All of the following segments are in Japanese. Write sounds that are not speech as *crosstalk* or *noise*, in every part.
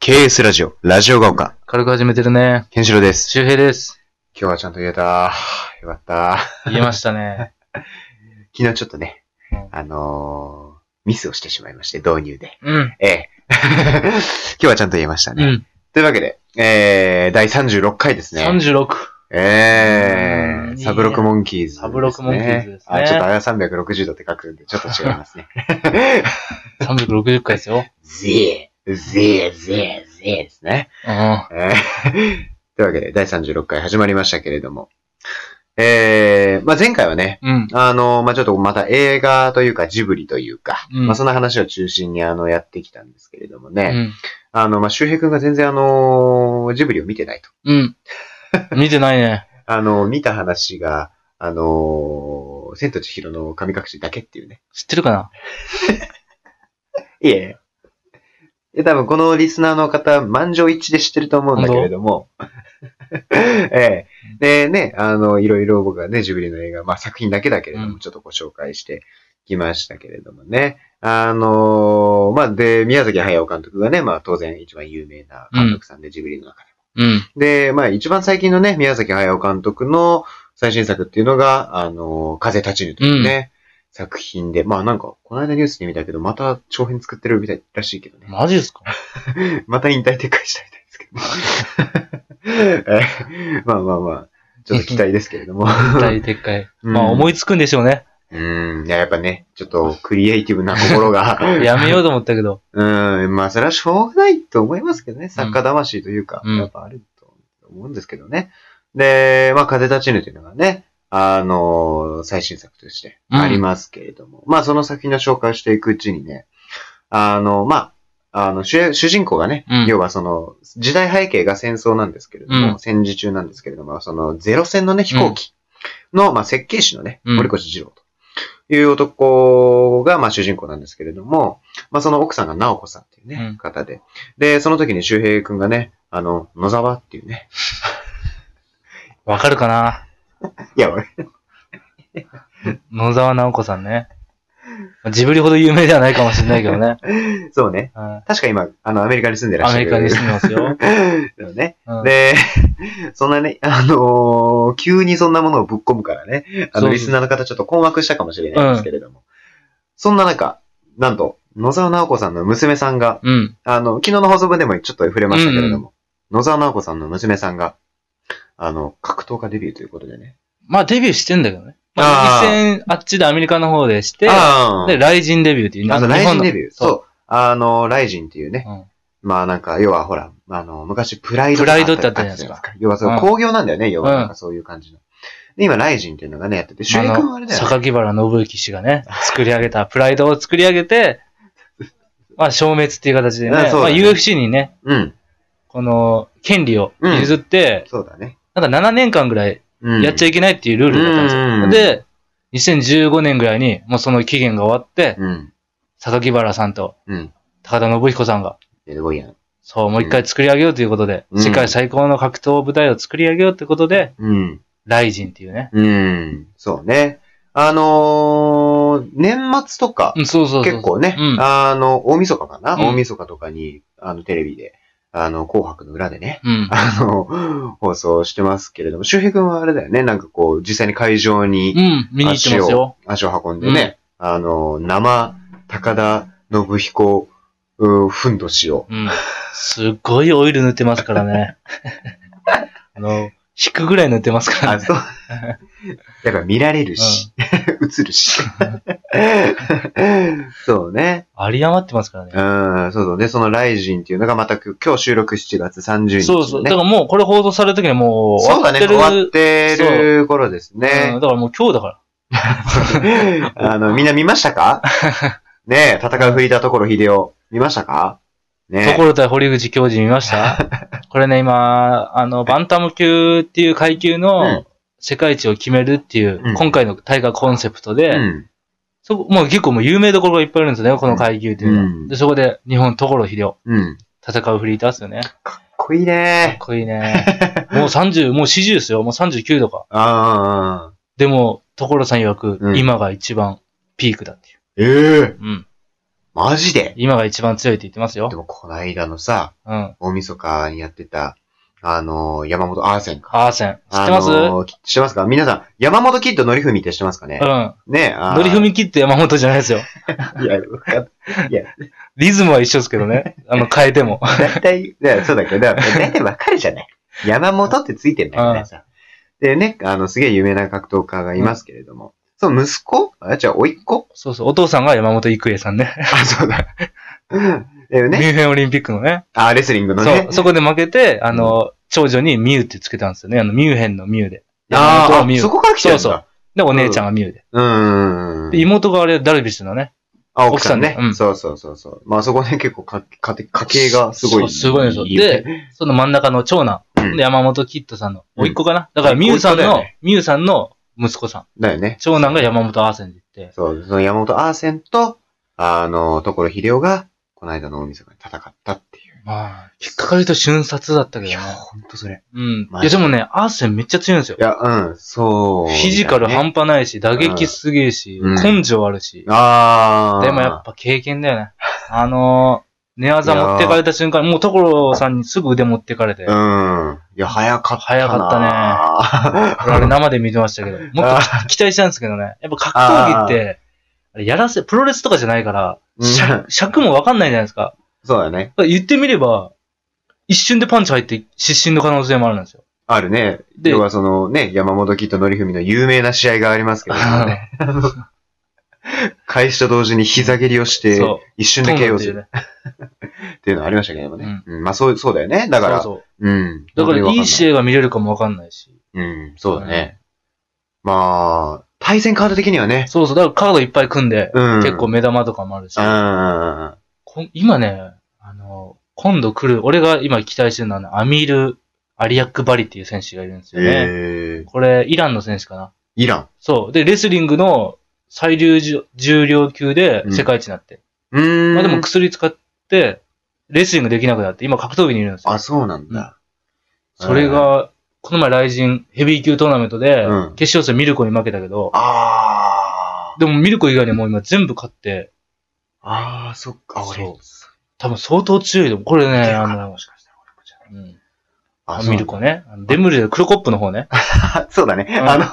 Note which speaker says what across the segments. Speaker 1: KS ラジオ、ラジオが丘、
Speaker 2: 軽く始めてるね。
Speaker 1: ケンシロウです。
Speaker 2: 周平です。
Speaker 1: 今日はちゃんと言えた。よかった。
Speaker 2: 言えましたね。
Speaker 1: 昨日ちょっとね
Speaker 2: うん、
Speaker 1: あのー、ミスをしてしまいまして、導入で。
Speaker 2: *laughs* うん。
Speaker 1: え *laughs* え。今日はちゃんと言えました
Speaker 2: う
Speaker 1: ね。
Speaker 2: ん。
Speaker 1: というわけで、えー、第36回ですね。
Speaker 2: 36。
Speaker 1: え
Speaker 2: うん
Speaker 1: ー、サブロクモンキーズ、
Speaker 2: サブロクモンキーズです
Speaker 1: あ、
Speaker 2: ね
Speaker 1: ちょっとあれは360度って書くんで、ちょっと違います
Speaker 2: *laughs*
Speaker 1: ね。
Speaker 2: 360回ですよ。
Speaker 1: ぜー、ぜー、ぜー、ぜーですね。 *laughs*
Speaker 2: うん。
Speaker 1: えーというわけで、第36回始まりましたけれども。えー、まあ、前回はね、
Speaker 2: うん。
Speaker 1: あの、まあ、ちょっとまた映画というか、ジブリというか、
Speaker 2: うん
Speaker 1: まあ、その話を中心にあの、やってきたんですけれども
Speaker 2: う
Speaker 1: ね。
Speaker 2: ん。
Speaker 1: あの、まあ、周平くんが全然あの、ジブリを見てないと。
Speaker 2: うん。見てないね。
Speaker 1: あの、見た話が、あの、千と千尋の神隠しだけっていうね。
Speaker 2: 知ってるかない
Speaker 1: え。え、多分このリスナーの方、満場一致で知ってると思うんだけれども。 *laughs* ええ。でね、あの、いろいろ僕はね、ジブリの映画、まあ作品だけだけれども、
Speaker 2: うん
Speaker 1: ちょっとご紹介してきましたけれどもね。あのまあで、宮崎駿監督がね、まあ当然一番有名な監督さんで、ジブリの中で。
Speaker 2: うん。
Speaker 1: で、まあ一番最近のね、宮崎駿監督の最新作っていうのが、あの風立ちぬというね、作品で、まあなんか、この間ニュースで見たけど、また長編作ってるみたいらしいけどね。
Speaker 2: マジですか
Speaker 1: *laughs* また引退撤回したみたいですけ
Speaker 2: *laughs*
Speaker 1: ど。えまあまあまあ、ちょっと期待ですけれども。 *laughs*
Speaker 2: 大撤回。まあ思
Speaker 1: い。
Speaker 2: いつくんでしょうね。
Speaker 1: うん、いややっぱね、ちょっとクリエイティブな心が。
Speaker 2: *laughs* やめようと思ったけど。
Speaker 1: うん、まあそれはしょうがないと思いますけどね。作家魂というか、
Speaker 2: うん
Speaker 1: やっぱあると思うんですけどね。で、まあ風立ちぬというのがね、あの最新作としてありますけれども、まあその作品の紹介をしていくうちにね、あの、まあ、あの主、主人公がね、
Speaker 2: うん
Speaker 1: 要はその、時代背景が戦争なんですけれども、
Speaker 2: うん
Speaker 1: 戦時中なんですけれども、その、ゼロ戦のね、飛行機の、まあ、設計士のね、
Speaker 2: うん
Speaker 1: 堀越二郎という男が、まあ、主人公なんですけれども、まあ、その奥さんが直子さんっていうね、
Speaker 2: うん
Speaker 1: 方で。で、その時に周平くんがね、あの、野沢っていうね、
Speaker 2: わかるかない
Speaker 1: や、俺、
Speaker 2: 野沢直子さんね。ジブリほど有名ではないかもしれないけど
Speaker 1: *laughs*
Speaker 2: ね。
Speaker 1: そうね、
Speaker 2: うん
Speaker 1: 確か今、あの、アメリカに住んでらっ
Speaker 2: ア
Speaker 1: しゃ
Speaker 2: メ
Speaker 1: る。
Speaker 2: リカに住んでま
Speaker 1: *laughs*
Speaker 2: すよ。
Speaker 1: だよね。
Speaker 2: うん
Speaker 1: で、 *laughs* そんなね、あのー急にそんなものをぶっ込むからね、あ
Speaker 2: そうそ
Speaker 1: の、
Speaker 2: う
Speaker 1: リスナーの方ちょっと困惑したかもしれないんですけれども。そんな中、なんと、野沢直子さんの娘さんが、
Speaker 2: うん。
Speaker 1: あの、昨日の放送分でもちょっと触れましたけれども、野沢直子さんの娘さんが、あの、格闘家デビューということでね。
Speaker 2: まあデビューしてんだけどね。ま
Speaker 1: あ
Speaker 2: あ、
Speaker 1: ー
Speaker 2: 一戦あっちでアメリカの方でして、
Speaker 1: あ
Speaker 2: で、
Speaker 1: ー
Speaker 2: ライジンデビューっていう。
Speaker 1: あの、ライジンデ
Speaker 2: ュ
Speaker 1: ビュー。そう。あの、ライジンっていうね。
Speaker 2: ー。うん
Speaker 1: まあなんか、要はほら、あの、昔プライドとか
Speaker 2: プライドってあったじゃないですか
Speaker 1: あ要はその工業なんだよね、要はなんかそういう感じの。で、今、ライジンっていうのがね、やってて、主役はあれだよ、ね。
Speaker 2: 榊原信之氏がね、作り上げた、プライドを作り上げて、まあ、消滅っていう形でね、
Speaker 1: あそう
Speaker 2: ま
Speaker 1: だ
Speaker 2: あ、
Speaker 1: ね
Speaker 2: UFC にね、
Speaker 1: うん、
Speaker 2: この、権利を譲って、
Speaker 1: そうだね。
Speaker 2: なんか7年間ぐらい
Speaker 1: うん。
Speaker 2: やっちゃいけないっていうルールだったんですよ。
Speaker 1: うんうん
Speaker 2: で、2015年ぐらいに、もうその期限が終わって、
Speaker 1: うん。
Speaker 2: 榊原さんと
Speaker 1: うん。
Speaker 2: 高田信彦さんが、
Speaker 1: すごいやん。
Speaker 2: そう、もう一回作り上げようということで、
Speaker 1: うん
Speaker 2: 世界最高の格闘部隊を作り上げようということで、
Speaker 1: うん。
Speaker 2: ライジンっていうね。
Speaker 1: うん。そうね。あのー、年末とか、
Speaker 2: うん、そうそうそう。
Speaker 1: 結構ね、
Speaker 2: うん
Speaker 1: あの、大晦日かな、
Speaker 2: うん
Speaker 1: 大晦日とかに、あの、テレビで、あの、紅白の裏でね、
Speaker 2: うん。
Speaker 1: あの、放送してますけれども、周平君はあれだよね、なんかこう、実際に会場に
Speaker 2: うん、見に行ってますよ。
Speaker 1: 足を運んでね、あの、生、高田信彦、うーふんどし
Speaker 2: *laughs*
Speaker 1: を。
Speaker 2: うん。すっごいオイル塗ってますか
Speaker 1: *laughs*
Speaker 2: らね。あの、引くぐらい塗ってますから
Speaker 1: あ、
Speaker 2: ね。 *laughs*
Speaker 1: そう。やっぱ見られるし、映る
Speaker 2: *laughs*
Speaker 1: し。そうね。
Speaker 2: あり余ってますからね。
Speaker 1: うん、そうそう。で、そのライジンっていうのがまた今日収録7月30日、ね。
Speaker 2: そうそう。だからもうこれ放送される時にはもう
Speaker 1: そう
Speaker 2: 終
Speaker 1: だ
Speaker 2: わっ
Speaker 1: ね、
Speaker 2: てる。
Speaker 1: 終わってる頃ですね
Speaker 2: うん。だからもう今日だか。
Speaker 1: *laughs* あの、みんな見ましたかねえ、戦うフリーター所秀夫、見ましたからねえ。
Speaker 2: 所対堀口教授見ました
Speaker 1: *laughs*
Speaker 2: これね、今、あの、バンタム級っていう階級
Speaker 1: うん
Speaker 2: の世界一を決めるっていう、
Speaker 1: うん
Speaker 2: 今回の大会コンセプトで、
Speaker 1: うん。
Speaker 2: そこ、もう結構もう有名どころがいっぱいあるんですよね、この階級っていうのは。
Speaker 1: うん
Speaker 2: で、そこで日本所秀夫、
Speaker 1: うん。
Speaker 2: 戦うフリーターですよね。
Speaker 1: かっこいい
Speaker 2: かっ
Speaker 1: ね。
Speaker 2: こい
Speaker 1: *laughs*
Speaker 2: いね。もう30、もう40ですよ。もう39とか。
Speaker 1: ああ。
Speaker 2: でも、所さん曰く、
Speaker 1: うん
Speaker 2: 今が一番ピークだっていう。
Speaker 1: ええ
Speaker 2: うん。
Speaker 1: マジで
Speaker 2: 今が一番強いって言ってますよ
Speaker 1: で。も、こないだのさ、
Speaker 2: うん。
Speaker 1: 大晦日にやってた、あのー、山本アーセンか。
Speaker 2: アーセン。知ってます、
Speaker 1: あのーき知ってますか皆さん、山本キッドのりふみって知ってますかねね
Speaker 2: う
Speaker 1: あ
Speaker 2: ん。
Speaker 1: ー
Speaker 2: ド
Speaker 1: *laughs*
Speaker 2: リフミキッド山本じゃないですよ。
Speaker 1: いや、わかっ
Speaker 2: リズムは一緒ですけど
Speaker 1: *laughs*
Speaker 2: ね。あの、変えても。
Speaker 1: だいたい、だからそうだけど、だいたいわかるじゃない。山本ってついてんだよね、さ。でね、あの、すげえ有名な格闘家がいますけれども、その息子あ、じゃあ、甥っ子
Speaker 2: そうそう。お父さんが山本育英さんね。
Speaker 1: あ、そうだ。え
Speaker 2: ミ
Speaker 1: ね、
Speaker 2: ュンヘンオリンピックのね。
Speaker 1: あ、レスリングの
Speaker 2: そ
Speaker 1: ね
Speaker 2: う。。そこで負けて、あの、長女にミュウってつけたんですよね。あの、ミュンヘンのミュウで。
Speaker 1: あ
Speaker 2: 山本は
Speaker 1: ー
Speaker 2: ミ
Speaker 1: あ、
Speaker 2: ュ
Speaker 1: そ
Speaker 2: ウ。
Speaker 1: こから来てるんだ。
Speaker 2: そうで、お姉ちゃんがミュウで。
Speaker 1: うーん。
Speaker 2: で妹があれ、ダルビッシュのね。
Speaker 1: あ、奥さんね
Speaker 2: 奥。さんねうん
Speaker 1: そうそうそうそう。まあそこね、結構か、かて、家系がすご
Speaker 2: そ
Speaker 1: い。
Speaker 2: うすごいんですよ
Speaker 1: ね、
Speaker 2: その真ん中の長男。
Speaker 1: うん
Speaker 2: で山本キッドさんの、
Speaker 1: うん
Speaker 2: おいっ子かな。だから、ミュウさん
Speaker 1: 甥っ子だよ
Speaker 2: の
Speaker 1: ね、
Speaker 2: ミュウさんの息子さん。
Speaker 1: だよね。
Speaker 2: 長男が山本アーセンって言って。
Speaker 1: そう、その山本アーセンと、あの、所秀夫が、この間の大晦日に戦ったっていう。
Speaker 2: まあ、引っかかると瞬殺だったけ
Speaker 1: い
Speaker 2: どね
Speaker 1: や、。ほんとそれ。
Speaker 2: うん。
Speaker 1: マ
Speaker 2: いや、
Speaker 1: ジ
Speaker 2: でもね、アーセンめっちゃ強いんですよ
Speaker 1: い。や、うん、そう、
Speaker 2: フィジカル
Speaker 1: み
Speaker 2: 半端ないし、打撃すげえし、
Speaker 1: うん
Speaker 2: 根性ある
Speaker 1: い。
Speaker 2: した
Speaker 1: なねあー。
Speaker 2: でもやっぱ経験だよね。あのー、寝技持ってかれた瞬間、もう所さんにすぐ腕持ってかれて。
Speaker 1: うん。いや、早かったな。
Speaker 2: 早か
Speaker 1: *laughs*
Speaker 2: った
Speaker 1: ね。
Speaker 2: 俺あれ生で見てましたけど、もっとき期待したんですけどね。やっぱ格闘技って、あれやらせ、プロレスとかじゃないから、 *laughs*
Speaker 1: うん
Speaker 2: 尺尺もわかんないじゃないですか。
Speaker 1: そうだね。
Speaker 2: だから言ってみれば、一瞬でパンチ入って失神の可能性もあるんですよ。
Speaker 1: あるね。
Speaker 2: で *laughs*
Speaker 1: 要はそのね、山本キッドのりふみの有名な試合がありますけどね。開始と同時に膝蹴りをして、
Speaker 2: そ
Speaker 1: 一
Speaker 2: う。
Speaker 1: 瞬で KO す
Speaker 2: トン
Speaker 1: る
Speaker 2: なんて
Speaker 1: っていうのはありましたけどもね。うんまあそう、そうだよね。だ
Speaker 2: だ
Speaker 1: から、
Speaker 2: そう
Speaker 1: うん。
Speaker 2: そう。だからいい
Speaker 1: 合。
Speaker 2: 試合が見れるかもわかんないし。
Speaker 1: うん、そうだね。まあ、対戦カード的にはね。
Speaker 2: そうそう。だからカードいっぱい組んで、
Speaker 1: うん。
Speaker 2: 結構目玉とかもあるし
Speaker 1: う。ん。
Speaker 2: こん今ね、あの、今度来る、俺が今期待してるのはね、アミール・アリアック・バリっていう選手がいるんですよね。
Speaker 1: えー、
Speaker 2: これ、イランの選手かな。
Speaker 1: イラン。
Speaker 2: そう。で、レスリングの最重重重量級で世界一になって。
Speaker 1: うーん。
Speaker 2: まあでも薬使って、レスリングできなくなって、今格闘技にいるんですよ。
Speaker 1: あ、そうなんだ。
Speaker 2: それが、この前、ライジンヘビー級トーナメントで
Speaker 1: うん、
Speaker 2: 決勝戦ミルコに負けたけど、
Speaker 1: あー。
Speaker 2: でもミルコ以外にもう今全部勝って、
Speaker 1: あー、そっか、俺。
Speaker 2: そう多分相当強いと思う。これ
Speaker 1: 出
Speaker 2: ね、
Speaker 1: る
Speaker 2: あ
Speaker 1: かな
Speaker 2: の
Speaker 1: も、しかしたら俺もじゃ
Speaker 2: うん
Speaker 1: あ
Speaker 2: あミル。コね。あのデンブリでクロコップの方ね。
Speaker 1: あそうだね。
Speaker 2: ん
Speaker 1: あの、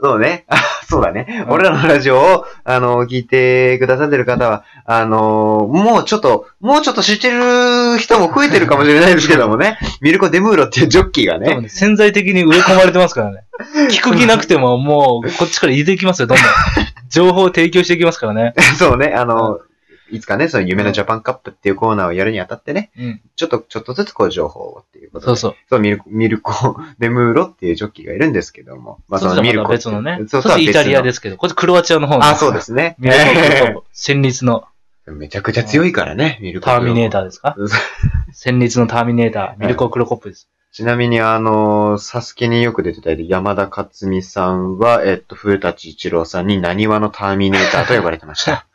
Speaker 1: そうね。あそうだね。
Speaker 2: うん
Speaker 1: 俺らのラジオを、あの、聞いてくださってる方は、あの、もうちょっと、もうちょっと知ってる人も増えてるかもしれないですけども
Speaker 2: *laughs*
Speaker 1: ね。ミルコ・デムーロっていうジョッキーが
Speaker 2: 多分
Speaker 1: ね。
Speaker 2: ね、潜在的に植え込まれてますか
Speaker 1: *laughs*
Speaker 2: らね。聞く気なくても、もう、こっちから入れていきますよ、どんどん。
Speaker 1: *laughs*
Speaker 2: 情報を提供していきますからね。
Speaker 1: そうね。あの、いつかね、その夢のジャパンカップっていうコーナーをやるにあたってね、
Speaker 2: うん。
Speaker 1: ちょっと、ちょっとずつこう情報をっていうことで。
Speaker 2: そうそう。
Speaker 1: そう、ミルコ、ミルコ・ *laughs* デムーロっていうジョッキーがいるんですけども。ま
Speaker 2: そっち
Speaker 1: の
Speaker 2: は
Speaker 1: ミ
Speaker 2: ま
Speaker 1: ル
Speaker 2: た
Speaker 1: コ。
Speaker 2: 別のね。
Speaker 1: そ
Speaker 2: そうっ
Speaker 1: そう。
Speaker 2: ちはイタリアですすけど、こっちクロアチアの方の。
Speaker 1: あ、そうですね。
Speaker 2: *laughs* ミルコクロコップ。戦慄の
Speaker 1: *laughs* めちゃくちゃ強いからね、ミルコ。
Speaker 2: ターミネーターですか
Speaker 1: うん
Speaker 2: 戦慄のターミネーター、ミルコ・クロコップです。
Speaker 1: ちなみに、あの、サスケによく出てた山田勝美さんは、えっと、古舘一郎さんに何話のターミネーターと呼ばれてま
Speaker 2: *laughs*
Speaker 1: した。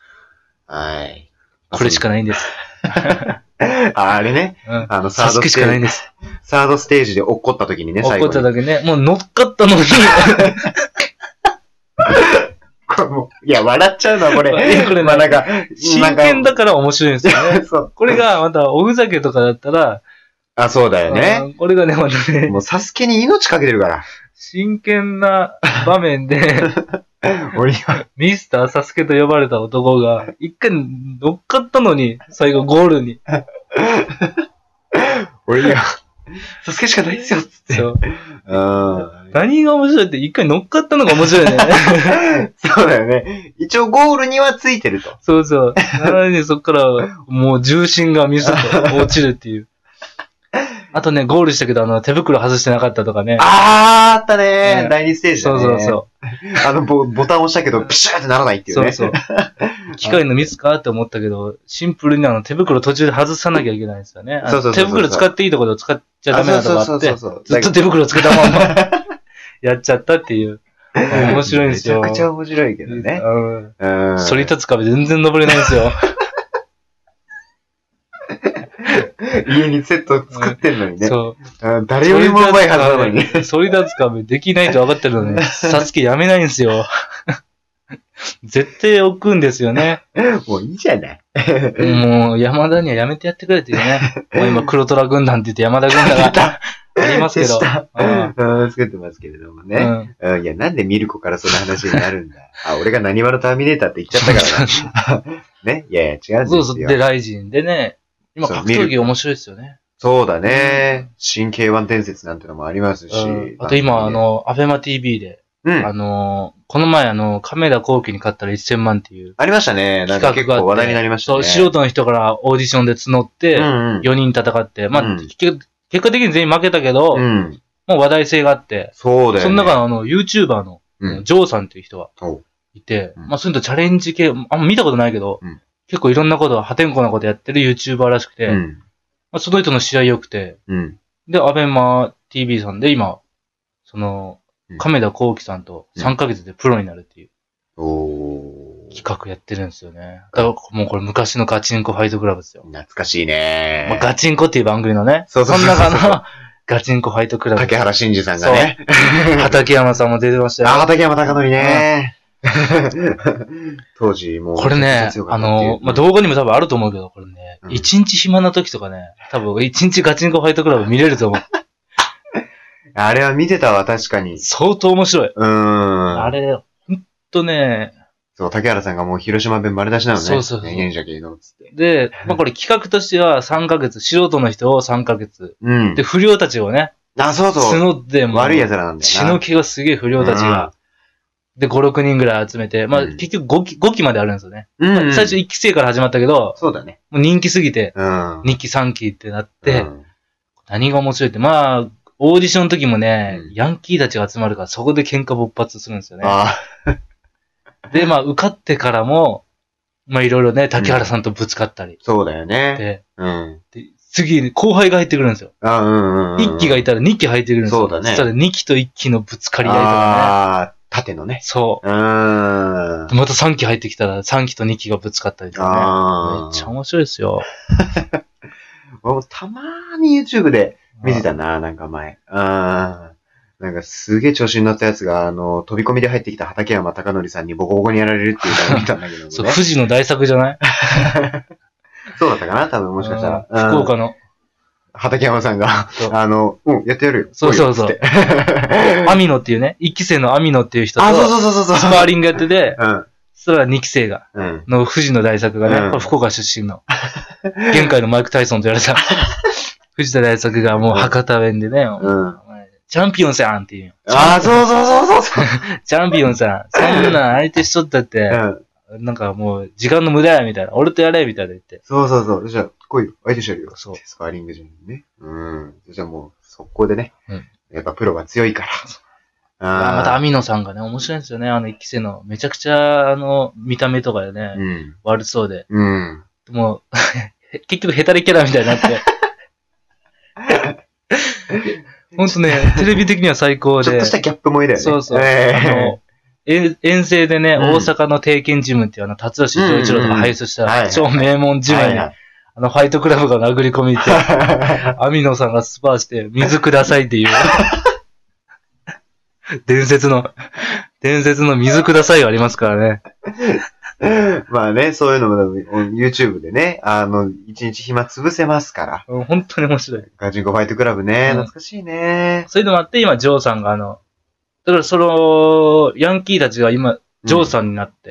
Speaker 1: はい。
Speaker 2: これしかないんです。
Speaker 1: ああれね、
Speaker 2: うん。
Speaker 1: あの、サ
Speaker 2: サ
Speaker 1: ー
Speaker 2: ス
Speaker 1: ド
Speaker 2: ケ
Speaker 1: ス
Speaker 2: し
Speaker 1: テ
Speaker 2: かない
Speaker 1: ー
Speaker 2: ん
Speaker 1: ジ、
Speaker 2: です。
Speaker 1: サードステージで落っこった時にね、最
Speaker 2: 怒
Speaker 1: 後
Speaker 2: った
Speaker 1: に。
Speaker 2: だけね、もう乗っかったのに、
Speaker 1: *laughs* これもういや、笑っちゃうな、こ
Speaker 2: *laughs* い
Speaker 1: れ。
Speaker 2: やこれね
Speaker 1: まあ *laughs* なんか、
Speaker 2: 真剣だから面白いんですよ
Speaker 1: なん
Speaker 2: ね。
Speaker 1: か *laughs* そう。
Speaker 2: これがまた、おふざけとかだったら、
Speaker 1: あ、そうだよ
Speaker 2: う
Speaker 1: ね。
Speaker 2: んこれがね、またね、
Speaker 1: *laughs* もう、サスケに命かけてるから。
Speaker 2: 真剣な場面
Speaker 1: *laughs*
Speaker 2: で、
Speaker 1: 俺は。
Speaker 2: ミスターサスケと呼ばれた男が、一回乗っかったのに、最後ゴールに。
Speaker 1: 俺には。サスケしかないですよ、つって。
Speaker 2: そう
Speaker 1: うん。
Speaker 2: 何が面白いって、一回乗っかったのが面白い
Speaker 1: *laughs*
Speaker 2: ね。
Speaker 1: *laughs* そうだよね。一応ゴールにはついてると。
Speaker 2: そうそう。なのにそっから、もう重心がミスって落ちるっていう。あとね、ゴールしたけど、あの、手袋外してなかったとかね。
Speaker 1: あー、あったね
Speaker 2: ね
Speaker 1: 第2ステージだ
Speaker 2: そう
Speaker 1: ね。。
Speaker 2: そうそう
Speaker 1: あのボ、ボタン押したけど、プシューってならないって
Speaker 2: う。
Speaker 1: いう
Speaker 2: そう
Speaker 1: ね。
Speaker 2: そう。機械のミスかって思ったけど、シンプルにあの、手袋途中で外さなきゃいけないんですよね。あの
Speaker 1: そうそうそうそう
Speaker 2: 手袋使っていいところ使っちゃダメなとこあって、
Speaker 1: そうそう
Speaker 2: ずっと手袋つけたまんま、
Speaker 1: *laughs*
Speaker 2: やっちゃったっていう。面白いんですよ。
Speaker 1: めちゃくちゃ面白いけどね。
Speaker 2: うん
Speaker 1: うん。
Speaker 2: 反り立つ壁全然登れないんですよ。
Speaker 1: 家にセット作ってんのにね。
Speaker 2: そう。
Speaker 1: うん誰よりもうまいはずなのに。 *laughs*
Speaker 2: 反り立つ壁できないと分かってるのに、サスケやめないんですよ。絶対置くんですよね。
Speaker 1: もういいじゃない。
Speaker 2: もう、山田にはやめてやってくれっていうね。もう今、黒虎軍団って言って山田軍
Speaker 1: *laughs*
Speaker 2: 団がありますけど。
Speaker 1: した
Speaker 2: うん
Speaker 1: うん作ってますけれども
Speaker 2: う
Speaker 1: ね。
Speaker 2: ん
Speaker 1: うんいや、なんでミルコからそんな話になる
Speaker 2: *laughs*
Speaker 1: んだ。あ、俺が何話のターミネーターって言っちゃったからな。 *laughs* ね。いやいや、違うんですよ。
Speaker 2: そうそう。で、ライジンでね、今、
Speaker 1: そう
Speaker 2: 格闘技面白いですよね。
Speaker 1: そうだね。神経腕伝説なんてのもありますし
Speaker 2: うん。あと今、あ、の、アベマ TV で、
Speaker 1: うん。
Speaker 2: あの、この前、あの、亀田光輝に勝ったら1000万っていう
Speaker 1: ありましたね。なん
Speaker 2: 企
Speaker 1: か
Speaker 2: 画
Speaker 1: 結
Speaker 2: があって、
Speaker 1: 構話題になりましたね。
Speaker 2: そう、素人の人からオーディションで募って、
Speaker 1: うんうん
Speaker 2: 4人戦って、まあ、
Speaker 1: うん
Speaker 2: 結局結果的に全員負けたけど、
Speaker 1: うん。
Speaker 2: もう話題性があって、
Speaker 1: そうだよね。
Speaker 2: その中のあの、YouTuber の、
Speaker 1: うん。
Speaker 2: ジョーさんっていう人が
Speaker 1: おう
Speaker 2: いて、
Speaker 1: うん
Speaker 2: まあそういうのチャレンジ系、あんま見たことないけど、
Speaker 1: うん
Speaker 2: 結構いろんなこと、破天荒なことやってる YouTuber らしくて、
Speaker 1: うん。
Speaker 2: まあその人の試合良くて、
Speaker 1: うん。
Speaker 2: で、アベマ TV さんで今、その
Speaker 1: うん、
Speaker 2: 亀田光輝さんと3ヶ月でプロになるっていう
Speaker 1: おー。
Speaker 2: 企画やってるんですよね。だからもうこれ昔のガチンコファイトクラブですよ。
Speaker 1: 懐かしいね。
Speaker 2: まあ、ガチンコっていう番組のね、
Speaker 1: そうそうそうそう
Speaker 2: の中のガチンコファイトクラブ。
Speaker 1: 竹原慎二さんがね。
Speaker 2: *laughs* 畠山さんも出てましたよ。
Speaker 1: ああ、竹山隆則ね。 *laughs* 当時もう。
Speaker 2: これね
Speaker 1: 強、か
Speaker 2: あ
Speaker 1: ったっていう
Speaker 2: の、まあ、動画にも多分あると思うけど、これね
Speaker 1: う、ん
Speaker 2: 一、日暇な時とかね、多分一日ガチンコファイトクラブ見れる
Speaker 1: *laughs*
Speaker 2: と思う。
Speaker 1: あれは見てたわ、確かに。
Speaker 2: 相当面白い。
Speaker 1: うーん。
Speaker 2: あれ、ほんとね、
Speaker 1: そう、竹原さんがもう広島弁丸出しなのね。
Speaker 2: そうそうそう
Speaker 1: ね、現役の、つって。
Speaker 2: で、まあ、これ企画としては3ヶ月、素人の人を3ヶ月。
Speaker 1: うん
Speaker 2: で、。不良たちをね、
Speaker 1: あ、そうそう。
Speaker 2: 募ってもう、
Speaker 1: 悪い奴らなんだ
Speaker 2: 血
Speaker 1: よな。
Speaker 2: の気がすげえ不良たちが。で、5、6人ぐらい集めて、まあ、
Speaker 1: うん
Speaker 2: 結局5期、5期まであるんですよね。
Speaker 1: うんうん、
Speaker 2: まあ最初1期生から始まったけど、
Speaker 1: そうだね。
Speaker 2: もう人気すぎて、
Speaker 1: うん。
Speaker 2: 2期3期ってなっ
Speaker 1: う
Speaker 2: て、
Speaker 1: ん
Speaker 2: 何が面白いって、まあ、オーディションの時もね、
Speaker 1: うん
Speaker 2: ヤンキーたちが集まるから、そこで喧嘩勃発するんですよね。
Speaker 1: あ
Speaker 2: で、まあ、受かってからも、まあ、いろいろね、竹原さんとぶつかったり、
Speaker 1: そうだよね。
Speaker 2: で、
Speaker 1: うん。
Speaker 2: で次に後輩が入ってくるんですよ。
Speaker 1: あ、うんうん、うん。
Speaker 2: 1期がいたら2期入ってくるんですよ。
Speaker 1: そうだね
Speaker 2: したら2期と1期のぶつかり合いとか
Speaker 1: ああ、縦の
Speaker 2: ね。
Speaker 1: ね。
Speaker 2: そう
Speaker 1: ーん
Speaker 2: う。。また3期入ってきたら、3期と2期がぶつかったりとかね。
Speaker 1: ああ。
Speaker 2: めっちゃ面白いですよ。
Speaker 1: 俺もたまーに YouTube で見てたな、なんか前。うん。なんかすげえ調子に乗ったやつが、あの、飛び込みで入ってきた畠山貴則さんにボコボコにやられるっていうのを見たんだけどもね。
Speaker 2: *laughs*
Speaker 1: そ
Speaker 2: そ、
Speaker 1: う
Speaker 2: 富士の大作じゃない
Speaker 1: うだったかな多分もしかしたら。
Speaker 2: うん福
Speaker 1: うん
Speaker 2: 岡の。
Speaker 1: 畠山さんが
Speaker 2: そ、う
Speaker 1: あの、うん、やってやるよ。
Speaker 2: そうそうそう
Speaker 1: 来いよつって
Speaker 2: アミノっていうね、1期生のアミノっていう人と、
Speaker 1: あ、そう
Speaker 2: ス
Speaker 1: そうそうそうそう。
Speaker 2: パーリングやってて、
Speaker 1: うん。
Speaker 2: そしたら2期生が、
Speaker 1: うん。
Speaker 2: の富士の大作がね、
Speaker 1: うん
Speaker 2: これ福岡出身の、現界のマイク・タイソンと言わ
Speaker 1: *laughs*
Speaker 2: れた、藤田大作がもう博多弁でね、
Speaker 1: うん。
Speaker 2: お前チャンピオンさんっていう。
Speaker 1: あー、そうそうそうそうそう。
Speaker 2: チャンピオンさん、そんなん相手しとったっ
Speaker 1: う
Speaker 2: て、
Speaker 1: ん。
Speaker 2: なんかもう時間の無駄や、みたいな。俺とやれ、みたいな言って。
Speaker 1: そうそうそう。じゃあ、来いよ。相手してやるよ。
Speaker 2: そう
Speaker 1: スパーリング中にね。うん。じゃあもう、速攻でね。
Speaker 2: うん
Speaker 1: やっぱプロは強いから。
Speaker 2: あーま
Speaker 1: あ
Speaker 2: たアミノさんがね、面白いんですよね、あの1期生の。めちゃくちゃ、あの、見た目とかでね、
Speaker 1: うん。
Speaker 2: 悪そうで。
Speaker 1: うん。
Speaker 2: もう、 *laughs* 結局ヘタレキャラみたいに
Speaker 1: *laughs*
Speaker 2: なって。ほんとね、テレビ的には最高
Speaker 1: ちょっ
Speaker 2: で
Speaker 1: と、したギャップ萌えだよね。
Speaker 2: そうそうあ
Speaker 1: え
Speaker 2: の、え遠征でね、
Speaker 1: うん
Speaker 2: 大阪の定見ジムっていうあの、達吉丈一郎とか輩出した
Speaker 1: うんうんうんはい
Speaker 2: 超名門ジムに、あの、ファイトクラブが殴り込みに行って、
Speaker 1: *laughs*
Speaker 2: アミノさんがスパーして、水くださいっていう。
Speaker 1: *laughs*
Speaker 2: 伝説の、伝説の水くださいがありますからね。
Speaker 1: え。まあね、そういう *laughs* のもでも YouTube でね、あの、一日暇潰せますから。
Speaker 2: うん本当に面白い。
Speaker 1: ガチンコファイトクラブね、
Speaker 2: うん
Speaker 1: 懐かしいね。
Speaker 2: そういうのもあって、今、ジョーさんがあの、だからその、ヤンキーたちが今、ジョーさんになって、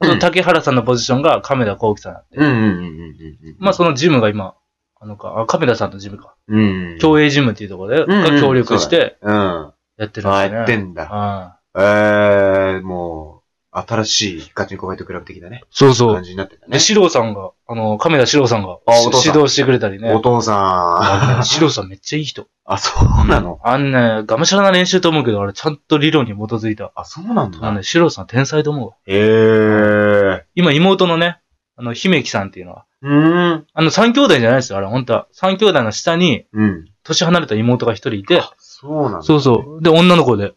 Speaker 1: うん
Speaker 2: その竹原さんのポジションが亀田光輝さんになって、
Speaker 1: うんうんうんうんうんうん。
Speaker 2: まあそのジムが今、あのか、あ亀田さんとジムか、
Speaker 1: うん。
Speaker 2: 競泳ジムっていうところ
Speaker 1: ん
Speaker 2: で、
Speaker 1: うん
Speaker 2: が協力して
Speaker 1: うん。あ
Speaker 2: やってるんですよね。
Speaker 1: やって
Speaker 2: うん
Speaker 1: んだ。ええ、もう、新しいガチンコファイトクラブ的なね、
Speaker 2: そうそう
Speaker 1: 感。じになってたね
Speaker 2: で、。四郎さんが、あの、亀田四郎さんが
Speaker 1: あお父さん
Speaker 2: 指導してくれたりね
Speaker 1: お。父さん。
Speaker 2: *laughs* 四郎さんめっちゃいい人。
Speaker 1: あ、そうなの
Speaker 2: あんな、がむしゃらな練習と思うけど、あれちゃんと理論に基づいた。
Speaker 1: あ、そうなん
Speaker 2: なん
Speaker 1: だ。
Speaker 2: で、四郎さん天才と思うわ。
Speaker 1: へえ。
Speaker 2: 今、妹のね、あの、姫木さんっていうのは、
Speaker 1: うん。
Speaker 2: あの、三兄弟じゃないですよ、あれ、本当は。三兄弟の下に、
Speaker 1: うん。
Speaker 2: 年離れた妹が一人いて、
Speaker 1: そうなんだ。
Speaker 2: そうそう。で、女の子で、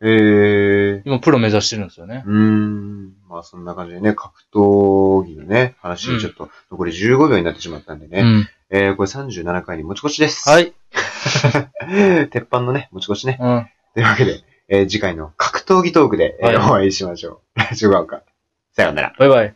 Speaker 1: へえ。
Speaker 2: 今、プロ目指してるんですよね。
Speaker 1: うーん。まあそんな感じでね、格闘技のね、話にちょっと、残り15秒になってしまったんで
Speaker 2: う
Speaker 1: ね。
Speaker 2: ん。
Speaker 1: えー、これ37回に持ち越しです。。
Speaker 2: はいい。
Speaker 1: *laughs* 鉄板のね、持ち越しね。
Speaker 2: うん。
Speaker 1: というわけで、えー次回の格闘技トークで、えー
Speaker 2: はい
Speaker 1: お会いしましょう。ラジオが丘。さようなら。 *laughs*
Speaker 2: バイバイ。